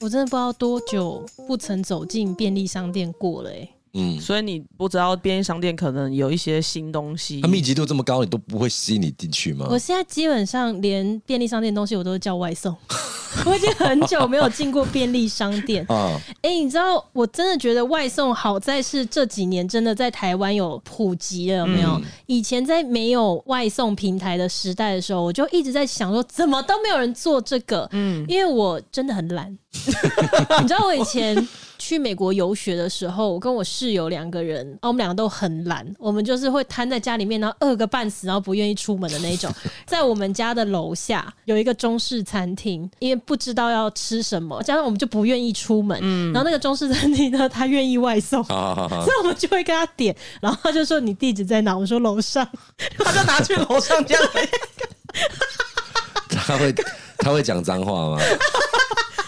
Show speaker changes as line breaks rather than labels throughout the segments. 我真的不知道多久不曾走进便利商店过了、欸，
嗯，
所以你不知道便利商店可能有一些新东西。
它密集度这么高，你都不会吸引你进去吗
我？现在基本上连便利商店东西我都叫外送， 我已经很久没有进过便利商店。
啊，
哎、你知道我真的觉得外送好在是这几年真的在台湾有普及了，有没有？以前在没有外送平台的时代的时候，我就一直在想说，怎么都没有人做这个？嗯，因为我真的很懒。 你知道我以前去美国游学的时候，我跟我室友两个人，啊，我们两个都很懒，我们就是会瘫在家里面，然后饿个半死，然后不愿意出门的那一 种。在我们家的楼下有一个中式餐厅，因为不知道要吃什么，加上我们就不愿意出门。
嗯
然后那个中式餐厅呢，他愿意外送。
好好好
所，以我们就会跟他点，然后他就说你地址在哪？我说楼 上，
他就拿去楼 上这样，
他会他会讲脏话 吗？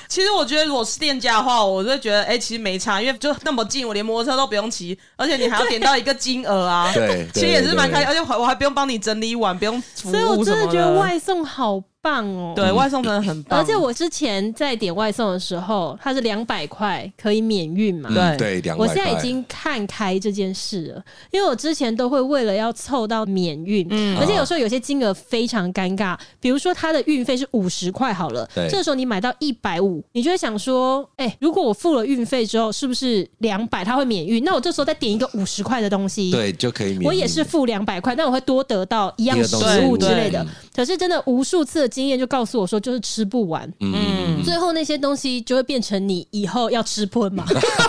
其实我觉得，如果是店家的话，我就会觉得，哎、其实没差，因为就那么近，我连摩托车都不用骑，而且你还要点到一个金额 啊。
对
其实也是蛮开心，而
对
且我还不用帮你整理碗，不用服务
所以我真
什
的
么
觉得外送好棒哦。
对外送真的很棒，
而且我之前在点外送的时候，它是两百块可以免运嘛。
嗯
对
对，两
我
百
现在已
块
经看开这件事了，因为我之前都会为了要凑到免运，而
啊
且有时候有些金额非常尴尬，比如说它的运费是五十块好了，
对
这时候你买到一百五，你就会想说，哎、如果我付了运费之后，是不是两百它会免运？那我这时候再点一个五十块的东西，
对就可以免疫。
我也是付两百块，但我会多得到一样
别的
食
东西
物之类的
对。嗯
可是真的无数次的经验就告诉我说，就是吃不完，
嗯，
最后那些东西就会变成你以后要吃喷 嘛。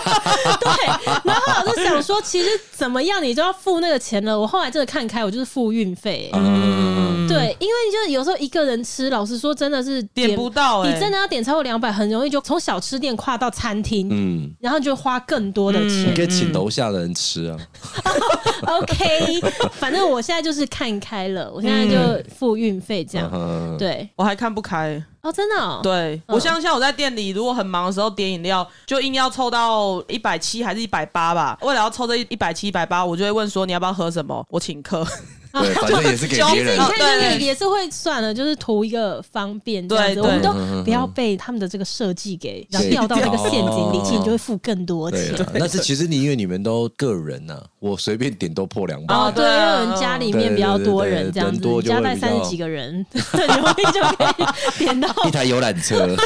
对，然后我就想说，其实怎么样你都要付那个钱了。我后来真的看开，我就是付运费、
嗯，
对，因为就是有时候一个人吃，老实说，真的是
点不到、哎，
你真的要点超过两百，很容易就从小吃店跨到餐厅，
嗯，
然后就花更多的钱。
你可以请楼下的人吃啊。
OK，反正我现在就是看开了，我现在就付运费这样。
嗯，
对，
我还看不开。
哦，真的、哦，，
对、我像像我在店里，如果很忙的时候点饮料，就硬要凑到一百七还是一百八吧。为了要凑这一百七、一百八，我就会问说你要不要喝什么？我请客。
啊哦
对，反正也是给别人
你。看这个
对
也是会算了，就是图一个方便这
对
样子，
对
我们都不要被他们的这个设计给
对
掉到那个陷阱里，
哦
其实你就会付更多
对
钱。
啦，那是其实你因为你们都个人呐，我随便点都破两百。
哦，对，因为有人家里面比较多
对对对
人
对
这样子，
人多
你
就会
家带
比较
三十几个人，很容易就可以点到。
一台游 览车，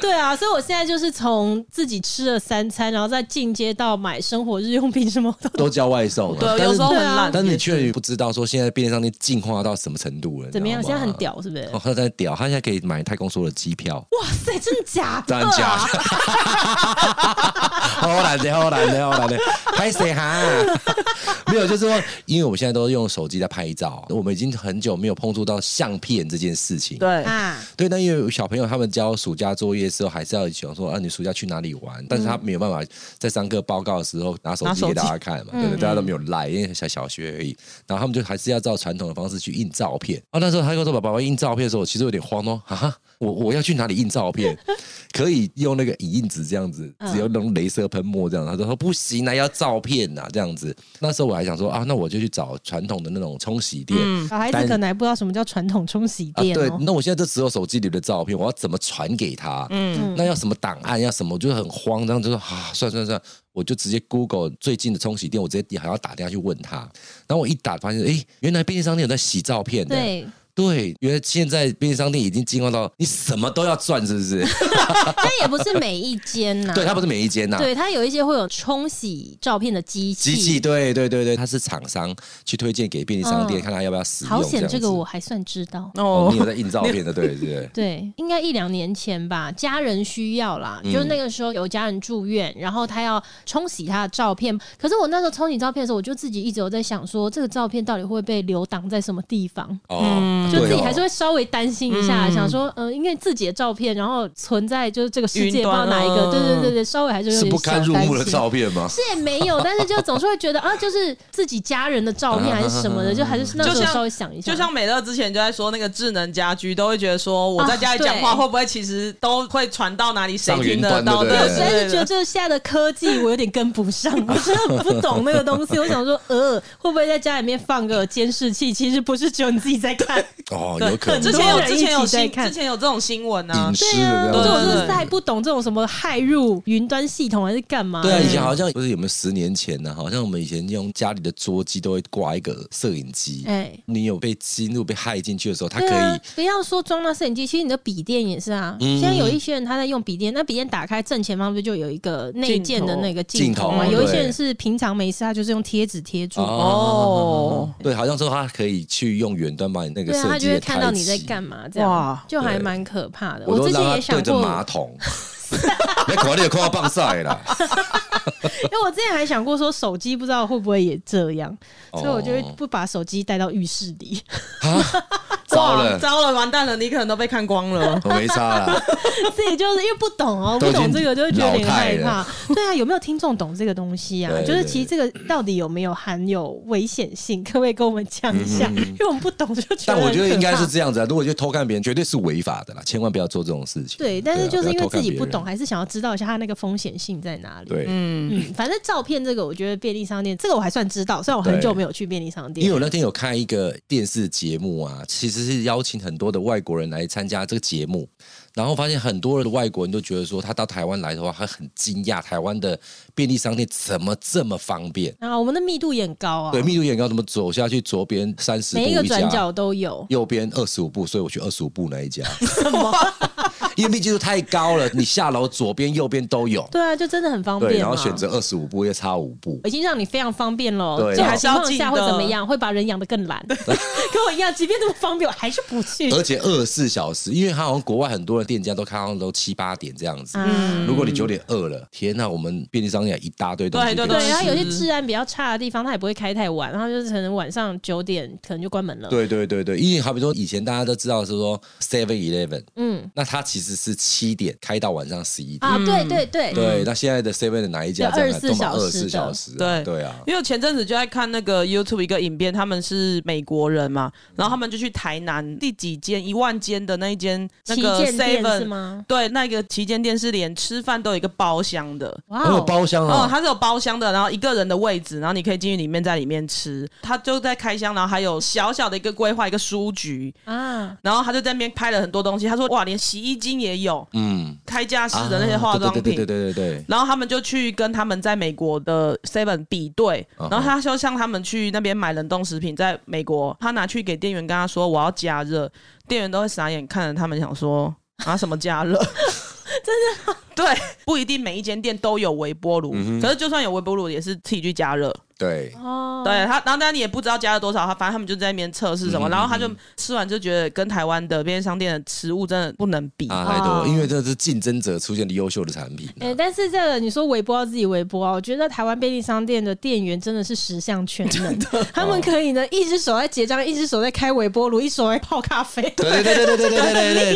对啊，所以我现在就是从自己吃了三餐，然后再进阶到买生活日用品什么的，
都叫外送啊。
对，
但
有
是
时候很
对啊
懒。
但是你确实不知道说现在便利商店进化到什么程度了。
怎么样？
你知
现
道
在
吗
很。屌，是不是？
哦，他在屌，他现在可以买太空梭的机票，
哇塞，真的假的、
真的假
啊？
的？好难的，好难的，好难的，拍谁哈？没有，就是说，因为我们现在都用手机在拍照，我们已经很久没有碰触到相片这件事情。
对，
啊，
对，那因为小朋友他们交暑假作业的时候，还是要想说啊，你暑假去哪里玩？但是他没有办法在上课报告的时候拿手
嗯拿
机
手
给
机嗯
大家看嘛，对不对？大家都没有赖，因为小小学而已。然后他们就还是要照传统的方式去印照片。啊，那时候他跟我说：“爸爸，爸爸印照片的时候，我其实有点慌哦，啊，我我要去哪里印照片？ 可以用那个影印纸这样子，
嗯
只有那种镭射喷墨这样。”他说：“不行啊，要照片呐、啊，这样子。”那时候我还想说啊，那我就去找传统的那种冲洗店。
嗯
小孩子
但
可能还不知道什么叫传统冲洗
啊，
店
对
哦，。
那我现在就只有手机里的照片，我要怎么传给他？嗯，那要什么档案，要什么，我就很慌张，就说啊，算算算，我就直接 Google 最近的冲洗店，我直接还要打电话去问他。然后我一打，发现诶，原来便利商店有在洗照片的。
对，
对，原来现在便利商店已经进化到你什么都要赚，是不是？
但也不是每一间呐、
对，它不是每一间呐、
对它有一些会有冲洗照片的机器。
机器，对对对对，它是厂商去推荐给便利商店，
嗯
看他要不要使用。
好险，
样子
这个我还算知道。
哦，
哦
你有在印照片的，对对对。
对，应该一两年前吧，家人需要啦，
嗯
就是那个时候有家人住院，然后他要冲洗他的照片。可是我那时候冲洗照片的时候，我就自己一直有在想说，这个照片到底会不会被留档在什么地方？
哦，
就自
对
己
哦
还是会稍微担心一下，想说，嗯、因为自己的照片，然后存在就是这个世界，
云
不知道
端
哪一个，
嗯
对对对对，稍微还是有
哦是
点
不堪
小
入
担
目的
心
照片吗？
是也没有，但是就总是会觉得啊，就是自己家人的照片还是什么的，就还是那时
就
候
像
稍微想一下，
就像美乐之前就在说那个智能家居，都会觉得说我在家里讲
啊
话
对
会不会其实都会传到哪里，谁
上云
听得
端
到？
对不
对
我
对
对
实
对
在
对
是觉得这现在的科技我有点跟不上，我真的不懂 那个东西。我想说，呃，会不会在家里面放个监视器？其实不是只有你自己在看，
哦，有可能
之前有
很多
之前
人
有
一起在
新
看
之前有这种新闻啊
隐，
对
私
啊
的，
我
这样
就
子。
是还不懂这种什么骇入云端系统还是干嘛的？
对啊，以前好像不是有没有十年前呢、好像我们以前用家里的桌机都会挂一个摄影机。
哎，
你有被激怒、被害进去的时候，它可
对啊
以，
不要说装那摄影机，其实你的笔电也是啊。
嗯
现在有一些人他在用笔电，那笔电打开正前方不是就有一个内建的那个镜
镜
头
头嗯哦
嘛？
镜头
有一些
对
人是平常没事，他就是用贴纸贴住。
哦
对，好像说它可以去用远端把你那个
对啊，他
摄影机
就
给
会
开
看到你
启
在干嘛，这样
哇
就还蛮可怕的。
我都
之前
让它
也想
对着
过，
马桶， 那可能有快要棒晒了。
因为我之前还想过说手机不知道会不会也这样，所以我就会
哦
不把手机带到浴室里。
糟
哇
了，。
糟了，完蛋了，你可能都被看光了
我没差了。
自己就是因为不懂哦，不
都已经
懂这个就会觉得有点
老态
害
了
怕。对啊，有没有听众懂这个东西啊？
对
就是
对
其实这个到底有没有含有危险性？可不可以跟我们讲一下？因为我们不懂就觉得。
但我觉得应该是。这样子啊，如果去偷看别人，绝对是违法的啦，千万不要做这种事情。
对，但是
啊
就是因
要
为
偷看
自己
别
不
人
懂，还是想要知道一下它那个风险性在哪里。，
对，
嗯，反正照片这个，我觉得便利商店这个我还算知道，虽然我很
对
久没有去便利商
因为
店。
我那天有看一个电视节目啊，其实是邀请很多的外国人来参加这个节目，然后发现很多的外国人都觉得说，他到台湾来的话，他很惊讶台湾的便利商店怎么这么方便，
啊，我们的密度也很高啊，
对，密度也很高，怎么走下去左边三十步
每一个
一
转
家。
角都有。
右边二十五步，所以我去二十五步那一家，
什么？
因为密集度太 高了，你下楼左边右边都有，
对啊，就真的很方便嘛。
对，然后选择二十五步，又差五步，
已经让你非常方便了。
对
这种
还
是
情
要
况
记
下
得
会怎么样？会把人养得更 懒，跟我一样，即便这么方便，我还是不去。
而且二十四小时，因为他好像国外很多的店家都开到都七八点这样子，
嗯，
如果你九点饿了，天哪，我们便利商店一大堆东西给
对
你吃。
对，然后有些
是
治安比较差的地方，它也不会开太晚，然后就是可能晚上九点可能就关门了。
对对对对，因为好比说以前大家都知道是说 Seven Eleven，
嗯
那它其实是七点开到晚上十一点。
嗯
啊，对对对，
对，那现在的 Seven 的哪一家
就
这样啊
24
都满
小时
二十四
的
小时啊？
对
对啊，
因为我前阵子就在看那个 YouTube 一个影片，他们是美国人嘛，然后他们就去台南第几间一万间的那一间那
旗
个
舰店是
Seven，
吗？
对，那个旗舰店是连吃饭都有一个包厢的。
哇
还有
哦，
包厢
哦，
啊，
它是有包厢的，然后一个人的位置，然后你可以进去里面，在里面吃。它就在开箱，然后还有小小的一个规划，一个书局，
啊，
然后他就在那边拍了很多东西。他说哇，连洗衣精也有，
嗯，
开架式
啊
的那些化妆品，
对对对对对对
然后他们就去跟他们在美国的 Seven 比对，
嗯哼
然后他就像他们去那边买冷冻食品，在美国，他拿去给店员，跟他说我要加热，店员都会傻眼看着他们，想说啊什么加热， 真 的对，不一定每一间店都有微波炉，
嗯
可是就算有微波炉，也是自己去加热。
对，
哦，
对他，然后但你也不知道加了多少，他反正他们就在那边测试什
嗯
么，然后他就吃完就觉得跟台湾的便利商店的食物真的不能比。
啊，太多了，因为这是竞争者出现的优秀的产品啊。
哎、但是这个你说微波要自己微波啊，我觉得台湾便利商店的店员真的是十项全能，他们可以呢一只手在结账，一只手在开微波炉，一手在泡咖啡。
对对对对对对对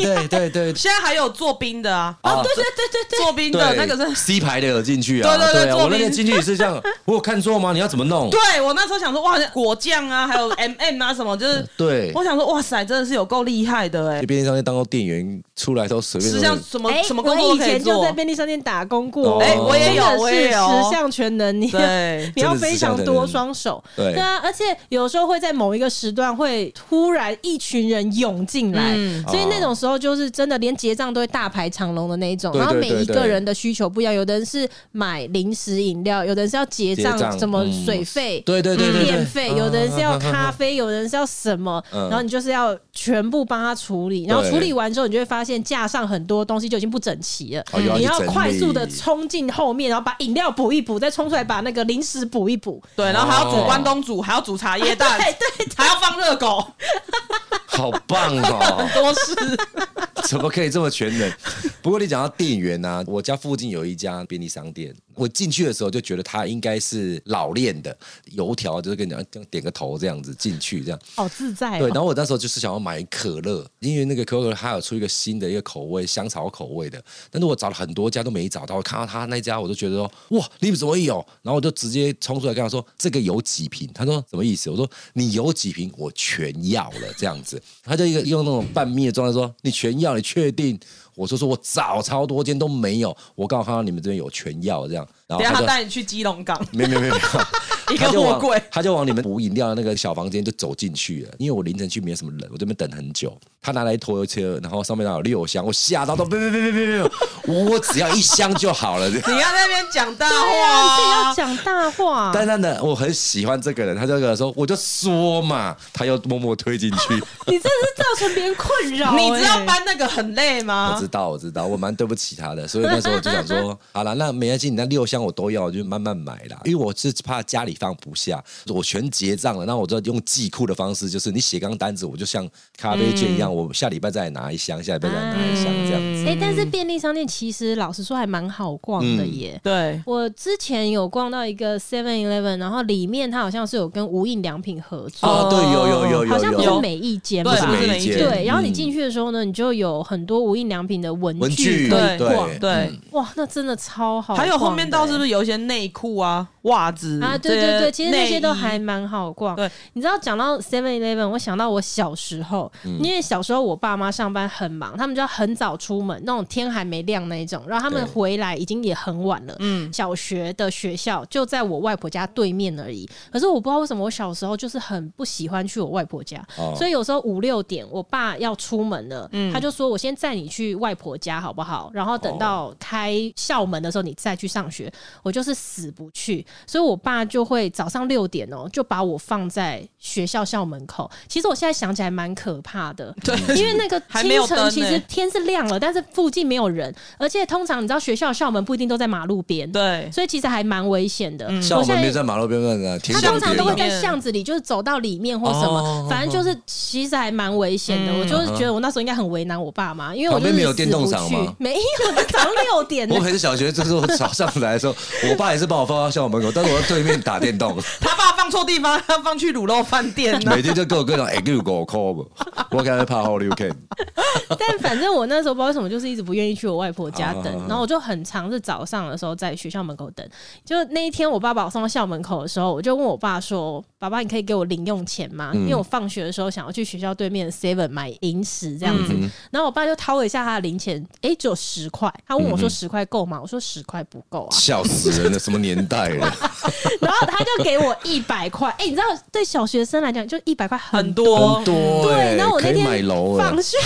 对对对对
现在还有做冰的啊，
啊，
对对对对
做冰的那个是
C 牌的有进去啊，
对对对
啊
做
我那天
冰
进去也是这样，我有看错吗？你要怎么弄？
对我那时候想说，哇，果酱啊，还有 M、m 啊什么，就是
对，
我想说，哇塞，真的是有够厉害的哎、
便利商店当过店员，出来都随
实
便
际
都
上
是。
什么、
哎
什么工作
我以
都可以
前就
做
在。便利商店打工过，
哎我也
真
有
的是
我也有
十项全能，你
对
你要
真的
非
是十项
常
全能
多双手，
对
啊，而且有时候会在某一个时段会突然一群人涌进来，
嗯
哦
所以那种时候就是真的连结账都会大排长龙的那一种，
对
然后
对
每一
对
个
对
人的需求不一样，有的人是买零食饮料，有的人是要结
结
账
账
什么
嗯
水费，
对对对对对，
电费，有的人是要咖
啊，
啡，有的人是要什么，
嗯
然后你就是要全部帮他处理，然后
对
处理完之后，你就会发现架上很多东西就已经不整齐了，
哦又要
你
去
要
整理
快速的冲进后面，然后把饮料补一补，再冲出来把那个零食补一补。
对，然后还要煮
哦
关东煮，还要煮茶叶蛋，
对对
还要放 热狗，
好棒哦！
多事。
怎么可以这么全能？不过你讲到店员啊，我家附近有一家便利商店，我进去的时候就觉得他应该是老练的，油条啊就是跟你讲，这样点个头这样子进去这样。
好自在、
对，然
哦。
后我那时候就是想要买可乐，因为那个可口可乐它有出一个新的一个口味，香草口味的。但是我找了很多家都没找到，我看到他那家我就觉得说，哇，你们怎么有？然后我就直接冲出来跟他说，这个有几瓶？他说什么意思？我说你有几瓶，我全要了这样子。他就一个用那种半灭状态说，你全要，你确定？我说说我找超多间都哦没有，我刚好看到你们这边有全要这样，然
等
后
一下
他
他
说
带你去基隆港，
没有没有没有没有，
一
他
个
就
货
往
柜，
他就往你们补饮料的那个小房间就走进去啊了。因为我凌晨去没有什么人，我这边等很久。他拿来一拖油车，然后上面有六箱，我吓 到都别别别别别别，我只要一箱就好了。
你要在那边讲大
对啊，这
话
啊要，讲大话。
但是呢，我很喜欢这个人，他这个说我就说嘛，他又默默推进去。
你真的是造成别人困扰、
你知道
欸
搬那个很累
我
吗
知？道，我知道，我蛮对不起他的，所以那时候我就想 说，好了，那没关系，你那六箱我都要，我就慢慢买啦，因为我是怕家里放不下，我全结账了，那我就用寄库的方式，就是你写张单子，我就像咖啡券一样，我下礼拜再来拿一箱，下礼拜再来拿一箱这样子。
哎、但是便利商店其实老实说还蛮好逛的
嗯
耶。
对，
我之前有逛到一个 Seven Eleven，然后里面它好像是有跟无印良品合作，
哦，对，有有有有
好像不是
有，
每一间吧
对，？
不是每
每
一
一
间
间，
对，然后你
嗯
进去的时候呢，你就有很多无印良品的文
文具
具可以
嗯对嗯
对
逛，
对。
哇，那真的超好逛的欸。
还有后面道是不是有一些内裤啊、袜子
啊，对对对，其实那些都还
内衣
蛮好逛。
对，
你知道讲到 Seven Eleven，我想到我小时候，
嗯
因为小时候我爸妈上班很忙，他们就要很早出门，那种天还没亮那一种，然后他们
对
回来已经也很晚了。
嗯，
小学的学校就在我外婆家对面而已，可是我不知道为什么我小时候就是很不喜欢去我外婆家，
哦
所以有时候五六点我爸要出门了，
嗯
他就说我先载你去外婆家好不好？然后等到开校门的时候你再去上学，我就是死不去，所以我爸就会早上六点哦、就把我放在学校校门口。其实我现在想起来蛮可怕的，
对，
因为那个
还没
清
有灯
晨
呢
其实天是亮了，但是附近没有人，而且通常你知道学校校门不一定都在马路边，
对，
所以其实还蛮危险的。
嗯
我
像我
现在
们没有在马路边问的，天
他
降
通常都会
地
在
里面
巷子里，就是走到里面或什
哦
么，反正就是其实还蛮危险的。
嗯
我就是觉得我那时候应该很为难我爸妈，因为我
旁
就
边
是
没有电动
死不
场
去
吗
没有，早上六 点呢
我。很小学，就是我早上来的时候，我爸也是把我放到校门口，但是我在对面打电动。
他爸放错地方，他放去卤肉饭店啊 呢。
每天就跟我各种哎，给我狗 call 我刚才怕 How you can，
但反正我那时候不知道为什么，就是一直不愿意去我外婆家等
啊啊啊，
然后我就很常是早上的时候在学校门口等。就那一天，我爸把我送到校门口的时候，我就问我爸说：“爸爸，你可以给我零用钱吗？
嗯
因为我放学的时候想要去学校对面 Seven 买零食这样子。
嗯
然后我爸就掏了一下他的零钱，诶，只有十块。他问我
嗯
说：“十块够吗？”我说：“十块不够 啊。”
笑死人了，什么年代了？
然后他就给我一百块。哎、你知道，对小学生来讲，就一百块很
很。多
很多哎、
对，然后我
可
那
以买
天
楼了
放。 学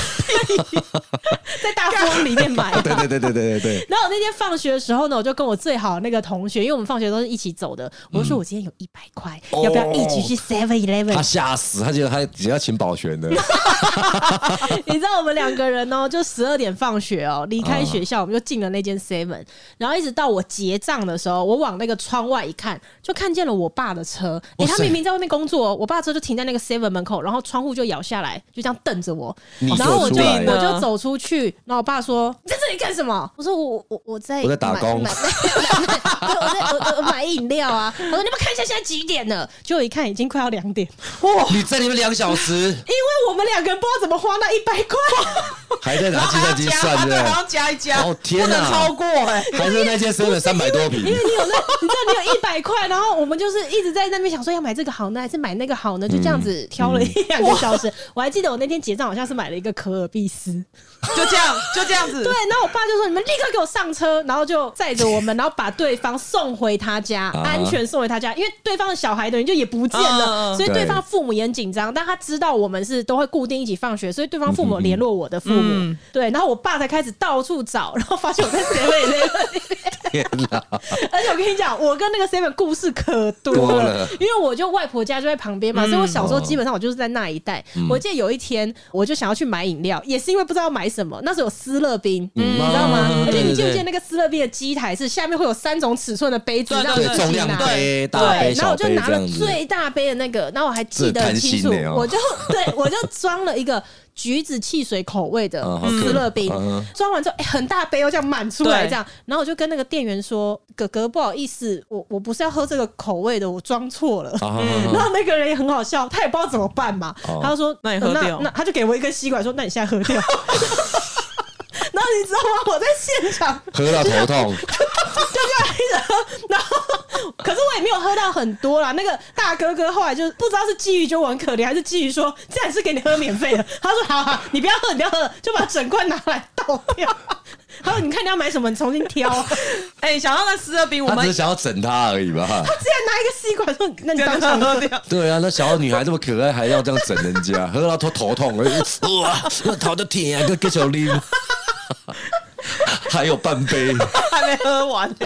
在大富翁里面买的。
对对对对对对对，
然后我那天放学的时候呢，我就跟我最好的那个同学，因为我们放学都是一起走的，我就说我今天有一百块，
哦
要不要一起去 Seven
他
Eleven？
吓死，他觉得他只要请保全 的，
你知道我们两个人 哦，就十二点放学哦，离开学校我们就进了那间 Seven，然后一直到我结账的时候，我往那个窗外一看，就看见了我爸的车。诶，
哇塞
他明明在外面工作哦，我爸车就停在那个 Seven 门口，然后窗户就摇下来，就这样瞪着我。
你
然后我
走
就
出来
我
了
就走出去，然后我爸说：“你在这里干什么？”我说：“我我我在
我在打
买
工
买买我在我我买饮料啊。”我说：“你们看一下现在几点了？”结果一看已经快要两点，
你在里面两小时，
因为我们两个人不知道怎么花那一百块，
还在拿计算机
然后
算
还
着
要加，对，还要，加一加，
哦天
不能
哪
超过哎、
还是那间 seven 三百多
因为
平，
你有那，你知道你有一百块，然后我们就是一直在那边想说要买这个好呢，还是买那个好呢？就这样子挑了一两个小时。我还记得我那天结账好像是买了一个可尔必斯。
就这样，就这样子。
对，然后我爸就说：“你们立刻给我上车！”然后就载着我们，然后把对方送回他家，
啊
安全送回他家。因为对方的小孩等于就也不见
嗯嗯
了，
嗯
所以对
对
方父母也很紧张。但他知道我们是都会固定一起放学，所以对方父母联络我的父母
嗯。
对，然后我爸才开始到处找，然后发现我在 Seven Eleven 嗯
天哪！
而且我跟你讲，我跟那 个 Seven 故事可多了，
多了嗯哦
因为我就外婆家就在旁边嘛，所以我小时候基本上我就是在那一带。我记得有一天，我就想要去买饮料，也是因为不知道买什么，那时候有斯乐冰，你知道吗？
嗯
而且你记不
对对
记得那个斯乐冰的机台是下面会有三种尺寸的杯子，
对
让你
对
自己
重量
拿
杯、
对
大杯、
对，哎然后
小
我就
杯
拿
这
了
样子，
最大杯的那个，然后我还记得很清楚，
这很贪心欸哦
我就 对我就装了一个橘子汽水口味的
嗯好可
斯乐冰
嗯嗯，
装完之后、哎，很大杯哦，这样满出来
对
这样，然后我就跟那个店员说：“哥哥，不好意思，我我不是要喝这个口味的，我装错了。
啊
然后那个人也很好笑，他也不知道怎么办嘛，
哦
他就说：“
那你喝
呃
掉
那他就给我一根吸管，说：“那你现在喝 掉。” 然后你知道吗？我在现场
喝到头痛，
着，然后可是我也没有喝到很多啦。那个大哥哥后来就不知道是基于就我很可怜，还是基于说这样也是给你喝免费的。他说好好，你不要喝，你不要喝，就把整罐拿来倒掉。他说你看你要买什么，你重新挑。
哎、想要那十二冰，我
他
们
只是想要整他而已吧？
他竟然拿一个吸管说，那你当场喝
喝掉。
对啊，那小女孩这么可爱，还要这样整人 家，喝到头头痛，哎哇，那头都甜啊，跟跟小丽，还有半 杯，
还没喝完呢、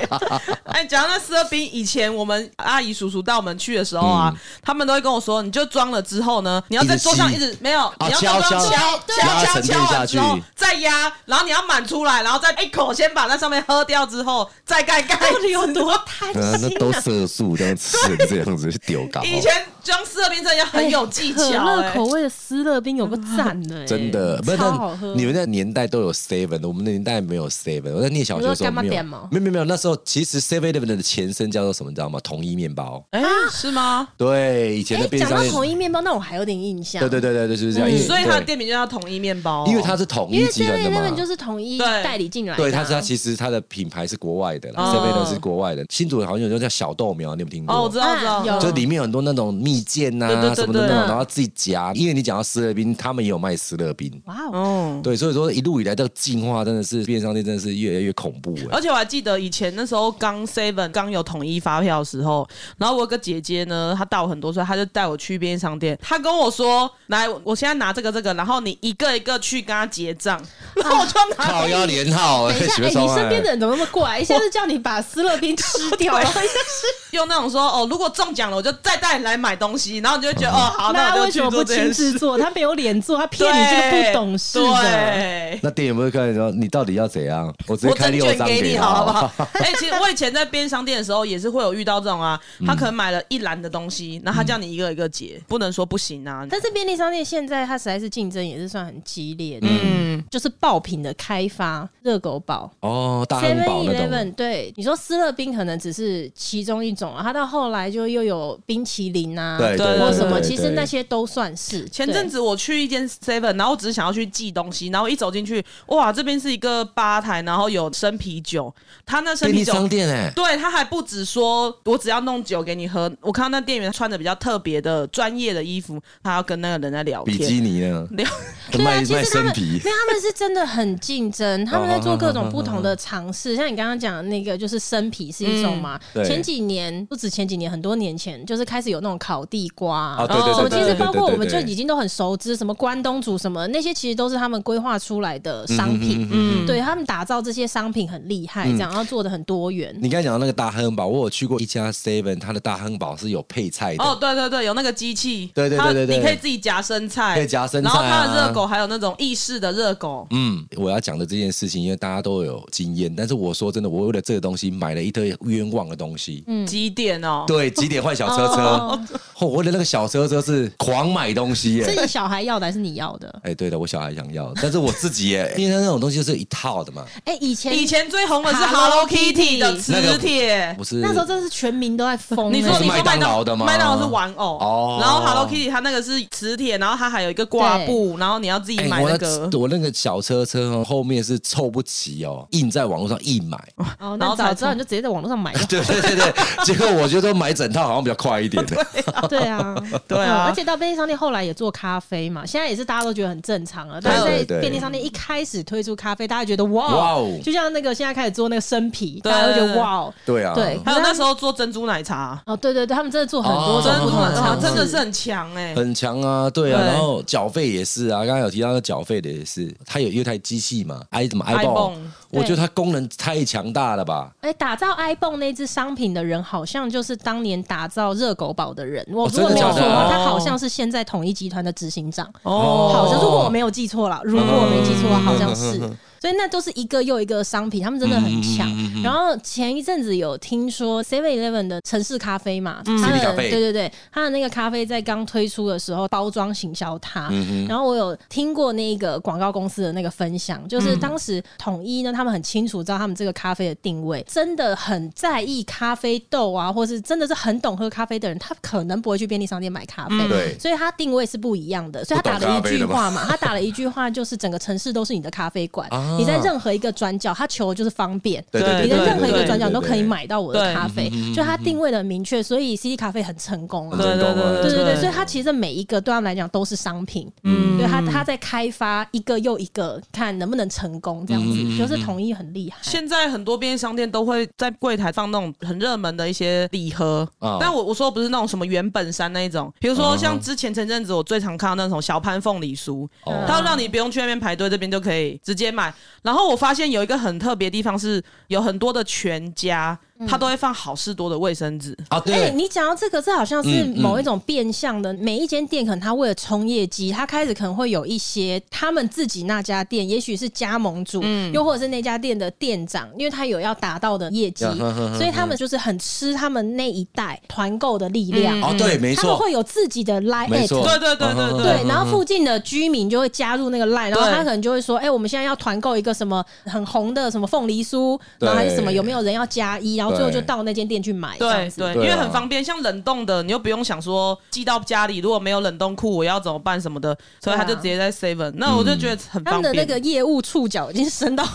哎，讲到那四二冰，以前我们阿姨叔叔带我们去的时候啊，他们都会跟我说，你就装了之后呢，你要在桌上
一
一
直吸
直没有，你要在
敲
桌上
敲
敲
对
敲
压
敲
沉淀
敲
下
完
去
之后再压，然后你要满出来，然后再一口先把那上面喝掉之后再盖盖
到底
子。
有多贪
啊，那
心
都
啊！
色素这样吃成这样子是丢高，
以前装四二冰真的很有技巧、
可
哎
乐口味的斯乐冰有个赞的、欸，
真的，不是
超好喝。
但你们那年代都有 seven 的，我们那年代没有 seven。我在念小学的时候
你说干妈
没有，
店吗
没有没有没有，那时候其实 seven eleven 的前身叫做什么，你知道吗？统一面包。
哎、是吗？
对，以前
哎
的，便利
讲
商
到
店，
统一面包，那我还有点印象。
对对对对对，就是这样。
嗯
因为
所以它的
对
店名就叫统一面包哦、
因为它是统
因
一
为
集团的
Seven
嘛
Eleven，就是统一
对
代理进来的啊、
对，它是它其实它的品牌是国外的
哦
，seven eleven 是国外的。新竹好像有一种叫小豆苗，你有没有听过？
哦，我知道，我知道，
啊有
就里面有很多那种蜜饯呐、
对对对
什么的那种，
对
然后自己夹。因为你讲到斯乐冰，他们也有卖斯乐冰。
哇哦，
嗯。
对，所以说一路以来的进化真的是便利商店真的是越来越恐怖 哎、
而且我还记得以前那时候刚 Seven 刚有统一发票的时候，然后我有个姐姐呢，她大我很多岁，她就带我去便利商店，她跟我说：“来，我现在拿这个这个，然后你一个一个去跟她结账。”然后我就拿
靠腰连号哎、
等一下，哎、
喜欢
你
烧
身边
哎
的人怎么那么怪？一下就叫你把斯乐冰吃 掉，然后一下是
用那种说：“哦，如果中奖了，我就再带你来买东西。”然后你就会觉得：“哦，好，
那
那
他
我
为
就
什
去
么不
做这
亲
件
自
事。
做？他没有脸做，他”骗
对，
你这个不懂事的。
对。
那店员不会看你说你到底要怎样？我直接
我
开
整
六
卷
张
给
你
你好不
不
好？ 哎、其实我以前在边商店的时候也是会有遇到这种啊，
嗯
他可能买了一篮的东西，然后他叫你一个一个结，不能说不行啊。
但是便利商店现在它实在是竞争也是算很激烈的，
嗯，
就是爆品的开发，热狗堡。
哦，大汉
Seven
堡那种
Eleven 对你说，斯乐冰可能只是其中一种啊，它到后来就又有冰淇淋啊，
对对
或
对
什么，
对
其实
对
那些都算是。
前阵
子
子我去一间 Seven，然后我只是想要去寄东西，然后一走进去，哇，这边是一个吧台，然后有生啤酒，他那生
便利
啤酒。
商店哎、
对他还不止说，我只要弄酒给你喝。我看到那店员穿着比较特别的专业的衣服，他要跟那个人在聊
比基
天。
尼呢？
聊
对啊，
卖
其
卖
实他
生
们
皮
因为他们是真的很竞 争，他们在做各种不同的尝试。像你刚刚讲的那个，就是生皮是一种嘛。
嗯对
前几年不止前几年，很多年前就是开始有那种烤地瓜
啊，
啊。
对对
什
对
么，
对
其实
对
包括我们就
对
已经都很熟知，什么关东煮什么那些，其实都是他们规划出来的商品。
嗯，
对他们打造这些商品很厉害，
嗯
这样然后做的很多 元。
你刚才讲到那个大汉堡，我有去过一家 Seven，它的大汉堡是有配菜的。
哦，对对对，有那个机器，
对对对
它
对对
你可以自己夹生菜，
可以夹生菜啊
然后它的热狗还有那种意式的热狗，
嗯，我要讲的这件事情，因为大家都有经验，但是我说真的，我为了这个东西买了一堆冤枉的东西。
几点哦？
对，几点换小车车？
哦
哦我为了那个小车车是狂买东西耶、
是你小孩要的还是你要的？
哎、对的，我小孩想要，但是我自己耶、 因为它那种东西是一套的嘛，
哎、以前
以前最红的是
Hello
Hello
Kitty
Kitty 的磁铁。
不是
那时候真的是全民都在疯、
你说
哎
是
你
麦
说
当
麦
劳的吗
麦当劳是玩偶，
哦
然后 Hello Kitty 它那个是磁铁，然后它还有一个挂布，然后你要自己
哎
买
我
那个。
我那个小车车哦后面是凑不齐哦，硬在网络上硬买，
哦，
然
那
后
早
才
知道你就直接在网络上买就好
对对对对，结果我觉得买整套好像比较快一点的。
对啊，
对
嗯
啊
而且到便利商店后来也做咖啡嘛，现在也是大家都觉得很正常了。但是在
对对
便利商店一开始推出咖啡，大家觉得哇
哇
哦
哦，
就像那个现在开始做那个生啤，
对
大家会觉得哇哦，
对啊，
对，
还有那时候做珍珠奶茶，
哦，对对对，他们真的做很多
哦
种
珍
不
珠
同
奶
的
茶
尝
哦
试，
真的是很强哎。
很强啊，对啊，
对
然后缴费也是啊，刚刚有提到那缴费的也是，它有一台机器嘛，i 什么 iPhone，
iPhone
我觉得它功能太强大了吧？
哎，打造 iPhone 那只商品的人，好像就是当年打造热狗堡的人。我
哦
如果没有错的
真的假
话，
的
他好像是现在统一集团的执行长。
哦嗯
好像如果我没有记错了，如果我没记错，好像是。所以那都是一个又一个商品，他们真的很
嗯
强。然后前一阵子有听说 Seven Eleven 的城市咖啡嘛，它
City
的
嗯咖
对
啡
对对，它的那个咖啡在刚推出的时候包装行销
嗯
它。然后我有听过那个广告公司的那个分享，就是
嗯
当时统一呢，他们很清楚知道他们这个咖啡的定位，真的很在意咖啡豆啊，或是真的是很懂喝咖啡的人，他可能不会去便利商店买咖啡。
嗯对
所以它 定位是不一样的，所以他打了一句话嘛，他打了一句话就是整个城市都是你的咖啡馆，
啊
你在任何一个转角，他求的就是方便。
对对对，
你在
对
任何一个
对
转角
对嗯
都
对
可以买到我的
对
咖啡，就它定位的明确，所以 CD 咖啡很成功啊
很。
对
成功啊
对
对对对，
对
所以它其实每一个对他们来讲都是商品，
嗯
对他他在开发一个又一个，看能不能成功这样子，
嗯嗯嗯
就是统一很厉害。
现在很多便利商店都会在柜台放那种很热门的一些礼盒，
啊
但我我说不是那种什么原本山那一种，比如说
嗯
像之前前阵子我最常看到那种小潘凤梨酥，
哦
它会让你不用去那边排队，这边就可以直接买。然后我发现有一个很特别的地方是，有很多的全家
嗯
它都会放好事多的卫生纸，
啊，
哎、
对，
你讲到这个，这好像是
嗯嗯
某一种变相的。每一间店可能他为了冲业绩，他开始可能会有一些他们自己那家店，也许是加盟主，
嗯
又或者是那家店的店长，因为他有要达到的业绩，
呀呵呵呵
所以他们就是很吃他们那一代团购的力量。
哦对，
嗯
没
他们
错，
会有自己的 line
没
at，
错，嗯
对对对对对
对，然后附近的居民就会加入那个 line，然后
对
他可能就会说，哎、我们现在要团购一个什么很红的什么凤梨酥，然后还是什么
对
有没有人要加一，然后最后就到那间店去买，这
对
样子。
对，因
对啊
为很方便，像冷冻的，你又不用想说寄到家里，如果没有冷冻库，我要怎么办什么的，所以他
对啊
就直接在 Seven，那我就
嗯
觉得很
他
方
们的
便。
那个业务触角已经伸 到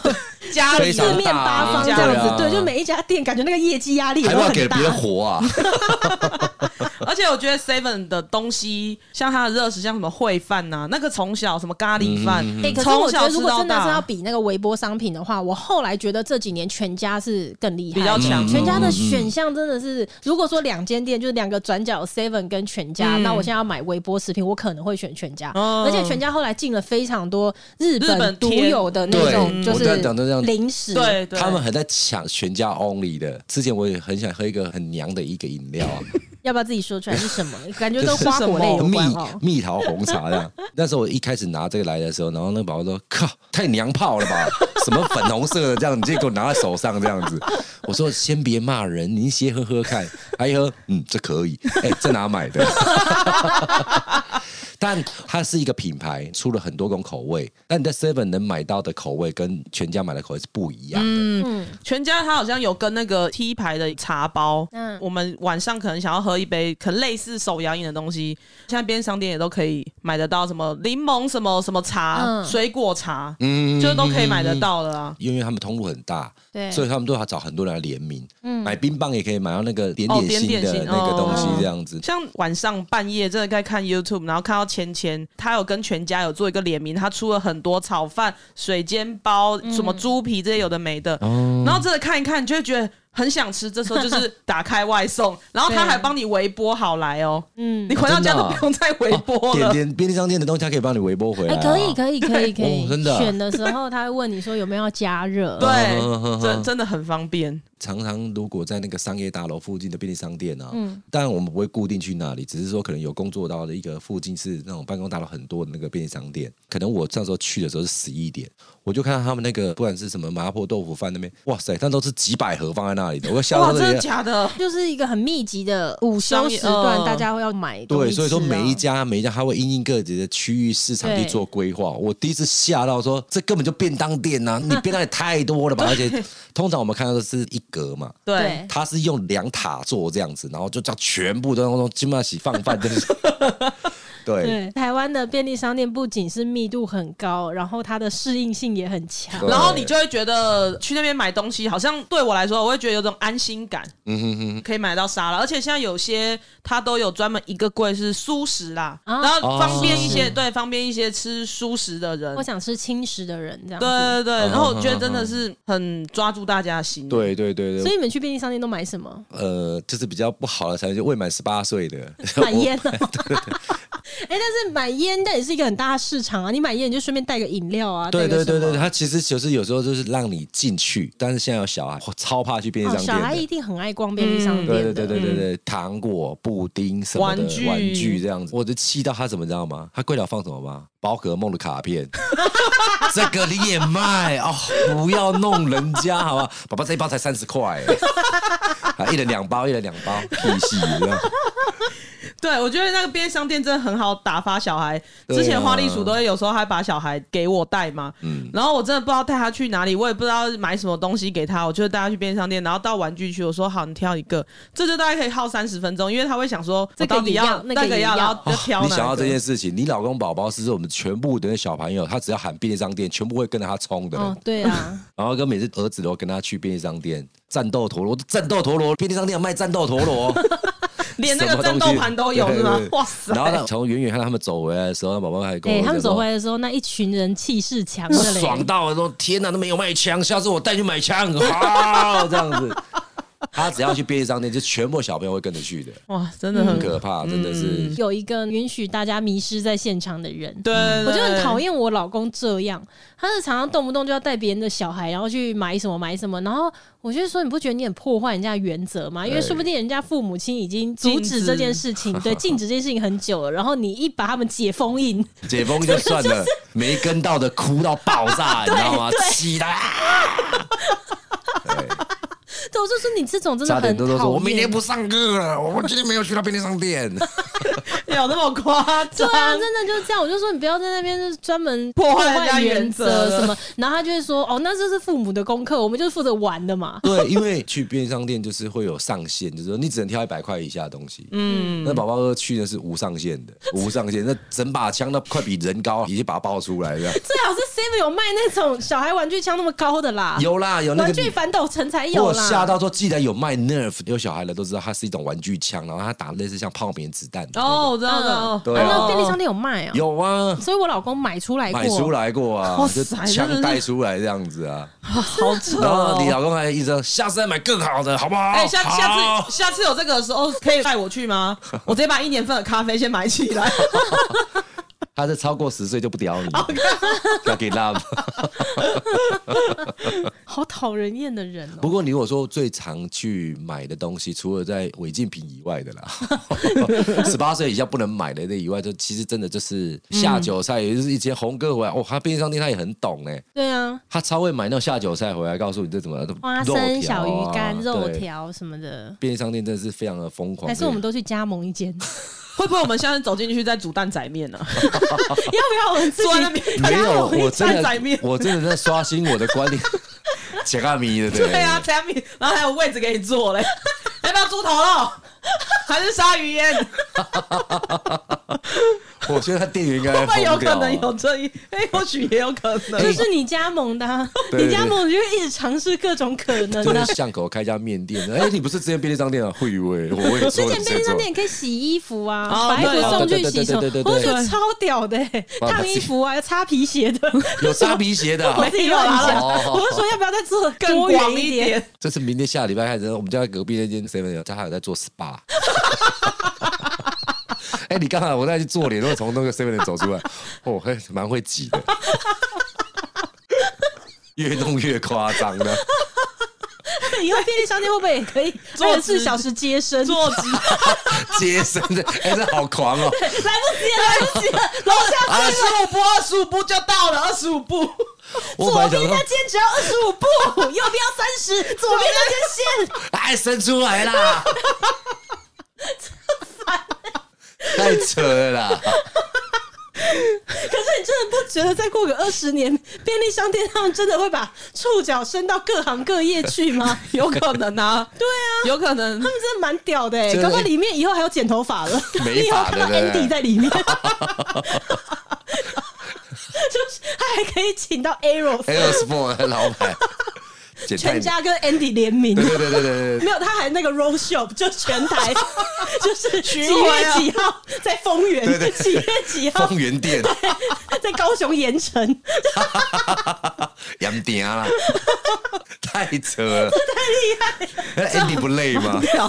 家里
非常
四面八方这样
对
子，
啊
对，就每一家店感觉那个业绩压力也
还
都
要
很
给
大
别。人活 啊，
而且我觉得 Seven 的东西，像它的热食，像什么烩饭呐，那个从小什么咖喱饭，
嗯
哎、可是我
从
觉得，
小
如
吃
果
到
真的是要
大，
比那个微波商品的话，我后来觉得这几年全家是更厉害，
比较
嗯
强
全家的选项真的是，如果说两间店就是两个转角 Seven 跟全家，
嗯
那我现在要买微波食品，我可能会选全家。
哦
而且全家后来进了非常多日
日
本
本
独
贴
有的那种，
对
就
我
是
在讲的这样
零食。
对对，
他们很在抢全家 only 的。之前我也很想喝一个很娘的一个饮料啊，
要不要自己说出来是什 么？感觉跟
就是
花果类有
蜜
关哦。
蜜桃红 茶这样。那时候我一开始拿这个来的时候，然后那个宝宝说：“靠，太娘炮了 吧？什么粉红色的这样，你直接给我拿在手上这样子。”我说：“先别骂人，您先喝喝看。”他一喝，嗯，这可以。哎、在哪买的？ 但它是一个品牌，出了很多种口味，但你在 Seven 能买到的口味跟全家买的口味是不一样的。
嗯
全家它好像有跟那个 T 牌的茶包，
嗯
嗯，我们晚上可能想要喝一杯，可能类似手摇饮的东西，现在边商店也都可以买得到，什么柠檬什么什么茶、
嗯
水果茶，
嗯
就是都可以买得到了啊。
因为他们通路很大，
对
所以他们都要找很多人来联名，买冰棒也可以买到那个点点心
嗯哦点点
的
心
那个东西
哦，
这样子。
像晚上半夜真的在看 YouTube，然后看到芊芊，她有跟全家有做一个联名，她出了很多炒饭、水煎包、什么猪皮这些有的没的，
哦
然后真的看一看，你就会觉得很想吃。这时候就是打开外送，然后他还帮你微波好来哦，
嗯
嗯，你回到家
真的
都
啊
不用再微波
哦点
了。
点便利商店的东西，它可以帮你微波回来
哎、
啊、
可以，可以，可以，可以。
哦真的啊
选的时候，他会问你说有没有要加热。
对
嗯嗯嗯，
真真的很方便。
常常如果在那个商业大楼附近的便利商店啊，
嗯
当然我们不会固定去那里，只是说可能有工作到的一个附近是那种办公大楼很多的那个便利商店。可能我那时候去的时候是十一点，我就看到他们那个不管是什么麻婆豆腐饭那边，哇塞，那都是几百盒放在那里的，我吓
哇，
到
真
这
的
里。
假的？
就是一个很密集的午休
商业
时段，
呃
大家会要买东西
对，所以说
吃啊
每一家每一家它会因应各自的区域市场去
对
做规划。我第一次吓到说，这根本就便当店啊 呐、你便当也太多了吧？而且通常我们看到的是一格嘛，
对
对，
它是用两塔做这样子，然后就叫全部都用金马喜放饭，就是 对。
对台湾的便利商店不仅是密度很高，然后它的适应性也很强。
对
然后你就会觉得去那边买东西，好像对我来说，我会觉得有种安心感。
嗯哼哼，
可以买到沙拉，而且现在有些它都有专门一个柜是蔬食啦，
啊
然后方便一些，
哦
对，方便一些吃蔬食的人
我。想吃轻食的人这样
对
子。
对对，
嗯
然后我觉得真的是很抓住大家的心。，
对对对
所
对，
以你们去便利商店都买什么？
呃，就是比较不好的产品，就未满十八岁的，
买烟哦。 哎，但是买烟但也是一个很大的市场啊！你买烟你就顺便带个饮料啊，
对
带
对
个
对
什
对，
么
它其实就是有时候就是让你进去，但是现在有小孩，我超怕去便利
哦，
商
小
店
孩
的
一定很爱逛便利商
嗯
店的。
对对对对对，糖果、布丁什么的
玩具
玩具这样子，我就气到他怎么知道吗？他柜台放什么吗？宝可梦的卡片。 这个你也卖哦，不要弄人家好吧？ 宝宝这一包才 三十块，啊，一人两包，一人两包，屁戏，你知道吗
对，我觉得那个便利商店真的很好打发小孩。
对啊
之前花栗鼠都会有时候还把小孩给我带嘛，
嗯
然后我真的不知道带他去哪里，我也不知道买什么东西给他，我就带他去便利商店，然后到玩具区，我说好，你挑一个，这就大概可以耗三十分钟，因为他会想说
这个
我到底
也要
要
那个也
要，
要
然后 就挑
哦你
哪一个。
想要这件事情，你老公宝宝是我们全部的小朋友，他只要喊便利商店，全部会跟着他冲的。
嗯
哦，对啊，
然后跟每次儿子都跟他去便利商店，战斗陀螺，战斗陀螺，便利商店有卖战斗陀螺，哦
连那个战斗盘都有
什
是
么
吗
东西？
哇塞！
然后呢，从远远看到他们走回来的时候，宝宝还跟
哎、
我
他们走回
来。
来的时候，那一群人气势强的嘞，
爽到了，说天哪，都没有卖枪，下次我带你买枪，好这样子。他只要去便利商店，就全部小朋友会跟着去的，
哇，真的很
很嗯可怕，真的是。
嗯
有一个允许大家迷失在现场的人。
对，
我就很讨
厌。
厌我老公这样，他是常常动不动就要带别人的小孩，然后去买什么买什么，然后我就说你不觉得你很破坏人家原则吗？因为
对
说不定人家父母亲已经阻
禁
止
止
这件事情，对，禁止这件事情很久了，然后你一把他们解封印，
解封就算了，没跟到的哭到爆炸，你知道吗？
对
气啊的，
对，我就说你这种真的
差点
很
都都说
讨
我明天
厌。
不上课了，我今天没有去到便利商店。
有那么夸
对
张？
啊，真的就是这样。我就说你不要在那边就是专门
破坏人家
原
原则
什么，然后他就会说哦，那这是父母的功课，我们就是负责玩的 嘛。
对，因为去便利商店就是会有上限，就是说你只能挑一百块以下的东西。嗯，那宝宝哥去的是无上限的，无上限，那整把枪那快比人高，已经把它爆出 来了。
最 好是 Seven 有卖那种小孩玩具枪那么高的
啊
啦，
有啦，有那
玩
个
具反斗城才有
我
啦。
吓到说，既然有卖 Nerf，有小孩的都知道它是一种玩具枪，然后它打类似像泡棉子弹的那个。
哦，我知道，
嗯
知道。
对
啊
啊
那便利商店有卖啊，
有啊，
所以我老公买出来过，
买出来过啊
哇，
就
塞
枪带出来这样子啊。
好扯
然后你
哦！
老公还一直说下次再买更好的，好不好？
哦
哎，下下
好
次下次有这个的时候，可以带我 去吗？我直接把一年份的咖啡先买起来。
他是超过十岁就不屌你，
哦
要给 love。
好讨人厌的人哦、
不过你如果说最常去买的东西，除了在违禁品以外的啦， 十八岁以下不能买的那以外，就其实真的就是下酒菜，也就是以前红哥回来哦，他便利商店他也很懂哎、
对啊，
他超会买那种下酒菜回来，告诉你这怎么肉条
花
啊
生、小鱼干、肉。
对
条什么的，
便利商店真的是非常的疯狂，
还是我们都去加盟一间？
会不会我们现在走进去再煮蛋仔面啊呢？
要不要我们自己
坐在那边
没有，我真
蛋仔
的
面，。
我真的在刷新我的观 念。切咖米的，对
对啊，产品，然后还有位置给你 坐嘞。要不要猪头肉？还是鲨鱼 烟？
我觉得他店员应该
会不会有
疯掉
可
啊
能有这一？哎，或许也有可 能。
就是你加盟的、啊，
对对
你加盟就会一直尝试各种可 能
就
啊。
是巷口开一家面店，哎，你不是之前便利商店啊？会喂，我会
之
说你
前便利商
在做
店。也可以洗衣服啊，
哦
把衣服
对
送去洗手，
对对对对对对
我觉得超屌的、欸，
哇
烫衣服啊，擦皮鞋的，
有擦皮鞋的啊，
我自己乱想。
哦
我是说要不要再做得
更
多
广
元
一
点？
点，
这是明天下礼拜开始，我们家隔壁那间 seven 他还有在做 SPA。哎，你刚才我在去做脸，都从那个 seven 走出来，哦，嘿，蛮会挤的，越弄越夸张的。
以后便利商店会不会也可以
坐
二十四
直
小时接生？
坐直
接生的，哎、这好狂 哦！啊
来不及了，来不及了，楼下
二十五步，二十五步就到了，二十五步。
我本
左
来想
边
说
那，间只要二十五步，右边要三十，左边那间线。
哎，生出来啦！ 太扯了啦！
可是你真的不觉得再过个二十年，便利商店他们真的会把触角伸到各行各业去 吗？
有可能 啊，
对啊，
有可能
他。们真的蛮屌的哎、欸，
真
搞
的
不好里面以后还有剪头发 了，
美
以后
发
看到
的对不对
Andy 在 里面。就是他还可以请到 Arrow，
Air Sport 的老板，简
全
单。
家跟 Andy 联名
对。对对对对对，
没有，他还那个 roll shop 就全台， 就是几月
回啊
几号在丰原，
对对对
几月几号
丰原店、
在高雄盐城，太
杨鼎啦，太扯了！
厉害！
那 Andy 不累吗？
啊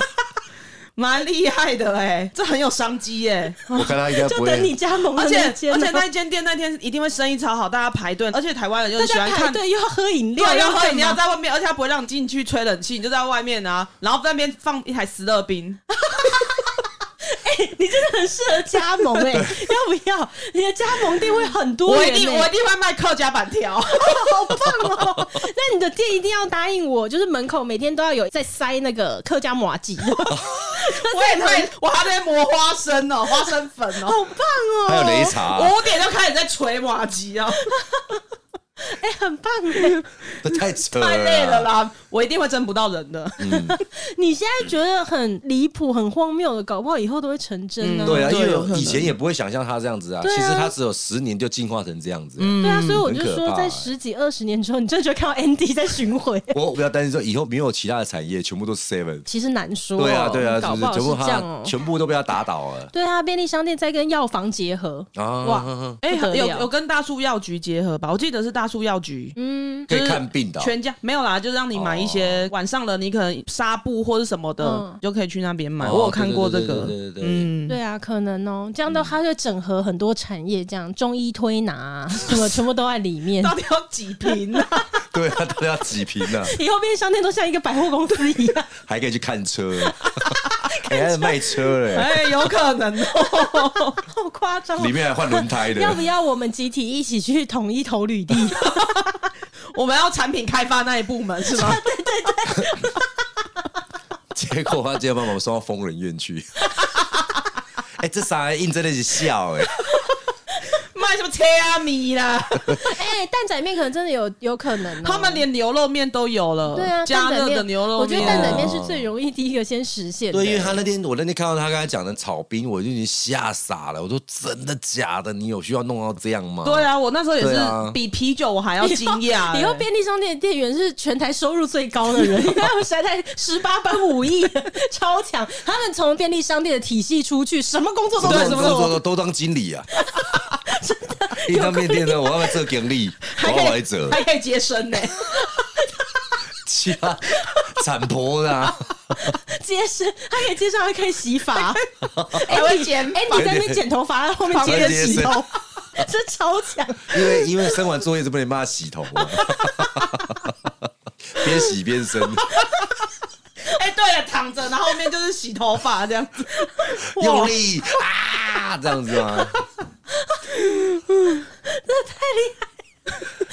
蛮厉害的哎、这很有商机哎、
我看他应呃该不
就等你
会。
加盟的
而且
那
而
间
且
啊，
那间店那天一定会生意超好，大家排队，而且台湾人又
大
很喜
家
欢
排
看。
队又要喝饮料，
对，啊然后
干
你要
嘛
在外面，而且他不会让你进去吹冷气，你就在外面啊，然后在那边放一台十乐冰，
你真的 很适合加盟 哎、要不要？你的加盟店会很多
我一
人、
定
欸，
我一定会卖客家板条，
好 棒哦、那你的店一定要答应我，就是门口每天都要有在塞那个客家麻吉，
我也太，我还在磨花生哦，花生粉哦，
好棒哦！
还有擂茶、
五点就开始在捶马吉啊，
哎、很棒 哎！
这太扯
太累
了
了
啦。
啦，我一定会蒸不到人的。
你现在觉得很离谱、很荒谬的，搞不好以后都会成真呢、
对啊，
对
因为
有可
我
能
以前也不会想象他这样子啊。
对啊
其实他只有十年就进化成这样子。
对啊，所以我就
很可
说，
怕
在
哎
十几二十年之后，你真的就会看到 Andy 在巡回，
我不要担心说以后没有其他的产业，全部都是 Seven。
其实难说、哦
对啊，对啊，
搞
就是
不好
全部
这样哦
他、全部都被他打倒了
对啊，便利商店在跟药房结合，
啊！
哎、
不得了
有有跟大树药局结合吧？我记得是大树药局。
嗯，
可以看病的哦，
全家没有啦，就是让你买一些晚上的，你可能纱布或是什么的，
嗯
你就可以去那边买。
哦
我有看过这
对
个，
对对对对
嗯，
对啊，可能哦、这样的话它就整合很多产业，这样中医推拿、 啊、什么全部都在里面。
到底要几瓶啊？
对啊，都要几瓶呢，
以后便利商店都像一个百货公司一 样，
还可以去看车，哎还在卖车嘞，
哎、有可能哦、
好夸张哦、
里面还换轮胎 的。
要不要我们集体一起去统一投履历？
我们要产品开发那一部门是 吗？
结果他今天把我们送到疯人院去。哎、这傻人硬真的是笑哎、
卖什么切啊米 啦？
哎、蛋仔面可能真的有有可能、哦
他们连牛肉面都有了，
对啊，蛋
加
仔
热
面
的牛肉面，
我觉得蛋仔面
哦
是最容易第一个先实现的。
对，因为他那天我那天看到他刚才讲的炒冰，我就已经吓傻了。我说真的假的？你有需要弄到这样吗？
对啊，我那时候也
对
是
啊
比啤酒我还要惊 讶、
以后
哎
便利商店店员是全台收入最高的人， 因为他们实在太十八般武 艺，超强。他们从便利商店的体系出去，啊什么工作都
都
能
当，都
做。
都都当经理啊！一当面店的，我要不要做经理？我
还
要
可
来
以
者，
还可以接生呢、
其他产婆的、啊，
接生，他可以接生，还可以洗 发。哎
还会剪发
Andy 在那边剪头发，后面接着洗头， 这超 强。
因为因为生完作业就不能帮他洗头嘛， 边洗边生，
哎、对了，躺着，然后后面就是洗头发这样子。
用力啊，这样子吗？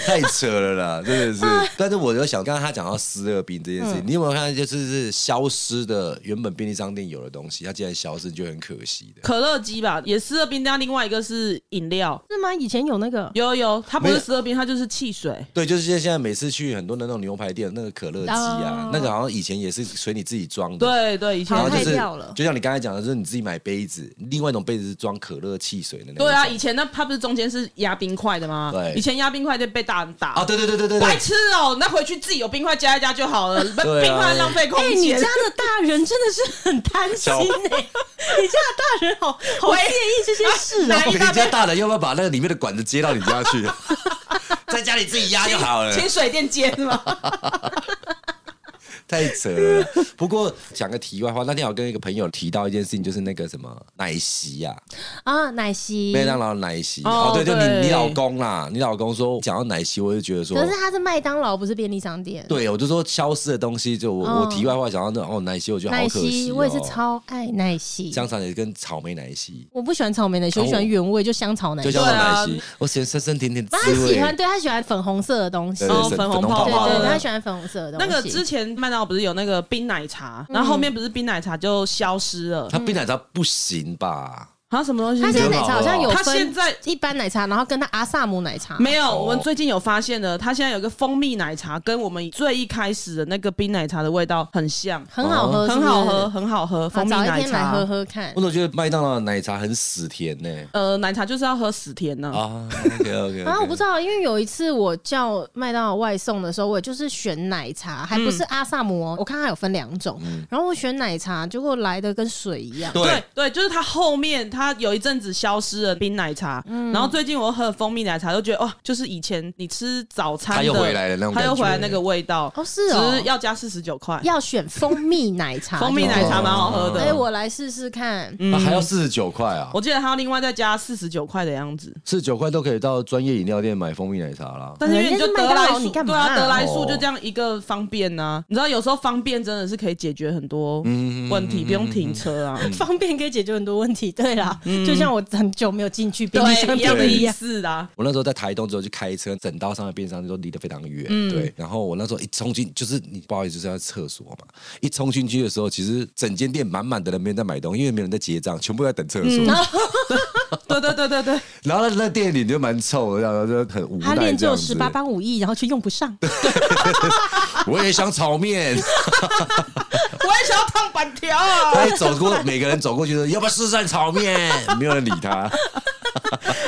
太扯了啦，真的是。但是我有想，刚刚他讲到湿热冰这件事情，你有没有看？就是是消失的原本便利商店有的东西，它既然消失，就很可惜的。
可乐鸡吧，也湿热冰，但另外一个是饮料。
是吗？以前有那个
有有，它不
没
是
有
湿热冰，它就是汽水。
对，就是现在现在每次去很多那种牛排店，那个可乐鸡啊
哦，
那个好像以前也是随你自己装的。
对对，以前
然
淘
后就
汰
是
掉了，
就像你刚才讲的，就是你自己买杯子，另外一种杯子是装可乐汽水的那种。
对啊，以前那它不是中间是压冰块的吗？
对
以前压冰块就被大人打。
啊，对对对对对
白
对，
痴哦、那回去自己有冰块加一加就 好了，不
对啊
冰块浪费空
哎、你
间。
家的大人真的是很贪心
小
哎、你家的大人好好介意这些事哦、
啊哪一
你
大
家
杯
大人要不要把那个里面的管子接到你家 去？在家里自己压 就好了，
清水店街 是吗？
太扯了。不过讲个题外话，那天我跟一个朋友提到一件事情，就是那个什么奶昔呀、啊，
啊，奶昔。
麦当劳奶昔。
嗯哦
哦，对，就
对
你你老公啦，你老公说讲到奶昔，我就觉得说
可，是它是麦当劳，不是便利商店。，
对我就说消失的东西，就我、
嗯
我题外话讲到那哦奶昔，我觉得好
奶
可惜、
昔
哦。
我也是超爱奶昔，
香草也跟草莓奶昔。
我不喜欢草莓奶昔，我喜欢原味，就香草奶
就
昔。
像
对
奶
啊
昔，我喜欢酸酸甜甜的
他
滋味。
喜欢，对他喜欢粉红色的东西。
对
哦
对
粉红泡
对
泡
对
的
对，他喜欢粉红色的
那
东西。
个之前麦当劳不是有那个冰奶茶，
嗯
然后后面不是冰奶茶就消失了，
他冰奶茶不行吧？
啊什么东西？
他现在奶茶好像有分，哦
它现在
一般奶茶，然后跟他阿萨姆奶茶。
没有，
哦
我们最近有发现的，它现在有个蜂蜜奶茶，跟我们最一开始的那个冰奶茶的味道很像，
很好
哦
喝，
很好喝，
哦是
很好喝，
不是，
蜂蜜
啊早一
奶
天来喝
茶。
喝看
我。总觉得麦当劳的奶茶很死甜呢、
呃，奶茶就是要喝死甜呢、
啊 ，OK OK，
嗯然后我不知道，因为有一次我叫麦当劳外送的时候，我也就是选奶茶，还不是阿萨姆哦。我看它有分两种，然后我选奶茶，结果来的跟水一样。
对对，就是它后面它有一阵子消失了
嗯
冰奶茶，然后最近我喝了蜂蜜奶茶，就觉得哇，就是以前你吃早餐的，
它又回来了那种
它又
感觉
回来那个味道，
哦是哦
只是要加四十九块，
要选 蜂蜜奶茶，嗯
蜂蜜奶茶蛮好喝
对不
的。
对。哎，我来试试看。
啊还要
嗯
四十九块啊
我，记得它另外再加四十九块的样子，
四十九块都可以到专业饮料店买蜂蜜奶茶啦。
但是因为你就得
呃人家是麦当劳
来速，
你干
对
嘛
啊，
啊
得来
哦
速就这样一个方便呐、你知道有时候方
嗯
便真的是可以解决很多问题，不用停车啊。
方便可以解决很多问题。对啦，吧？就像我很久没有进去便利商
对，一
店
样的
了嗯一
意
样。
思啊。
我那时候在台东之后就开车，整道上的便利商店都离得非常远，
嗯
对。然后我那时候一冲进，就是你不好意思，就是要厕所嘛。一冲进去的时候，其实整间店满满的人，没人在买东西，因为没人在结账，全部在等厕
嗯
所。
对对对对对，
然后那店里就蛮臭的，然后就很无
他
奈
练
这
就
样
十
子。
八般武艺，然后却用不 上。
我也想炒面，
我也想要烫板条啊。
他一走过，每个人走过去说要不要试试看炒面，没有人理他，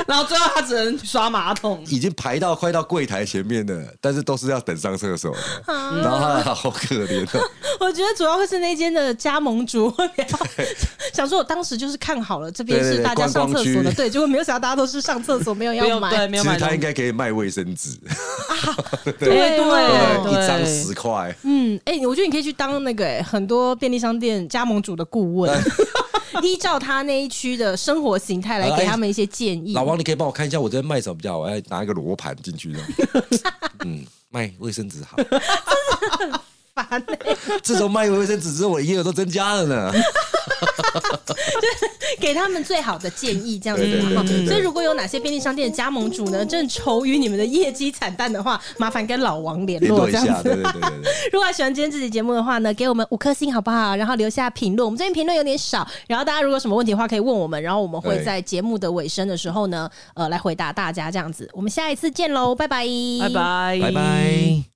然后最后他只能刷马桶。
已经排到快到柜台前面了，但是都是要等上厕所的。
嗯
然后他好可怜哦。
我觉得主要会是那间的加盟主会比较 想说，我当时就是看好了这边
对对
是
对
大家上厕所
观光
的，
区
对，结果没有想到大家都是上厕所，没有
不
要
用对，
买。
其
没有
实
买东
他应
西。
该可以卖卫生纸，
对
对
哦
一张十块。
嗯，哎、我觉得你可以去当那个、哎很多便利商店加盟主的顾 问， 依照他那一区的生活形态来给他们一些建议。
老王，你可以帮我看一下我在卖什么比较好？我要拿一个罗盘进去这样。 嗯，卖卫生纸 好。
烦、欸
自从卖卫生纸之后，我营业额都增加 了呢。
给他们最好的建议，这样子
对对对
哈
对对。对
所以，如果有哪些便利商店的加盟主呢，正愁于你们的业绩惨淡的话，麻烦跟老王联
联
络
络一
这样
下，
子。哎
对对 对对对。
如果喜欢今天这期节目的话呢，给我们五颗星好不好？然后留下评论，我们这边评论有点少，然后大家如果有什么问题的话可以问我们，然后我们会
对
在节目的尾声的时候呢，呃，来回答大家这样子。我们下一次见喽，拜拜，
拜拜，
拜拜。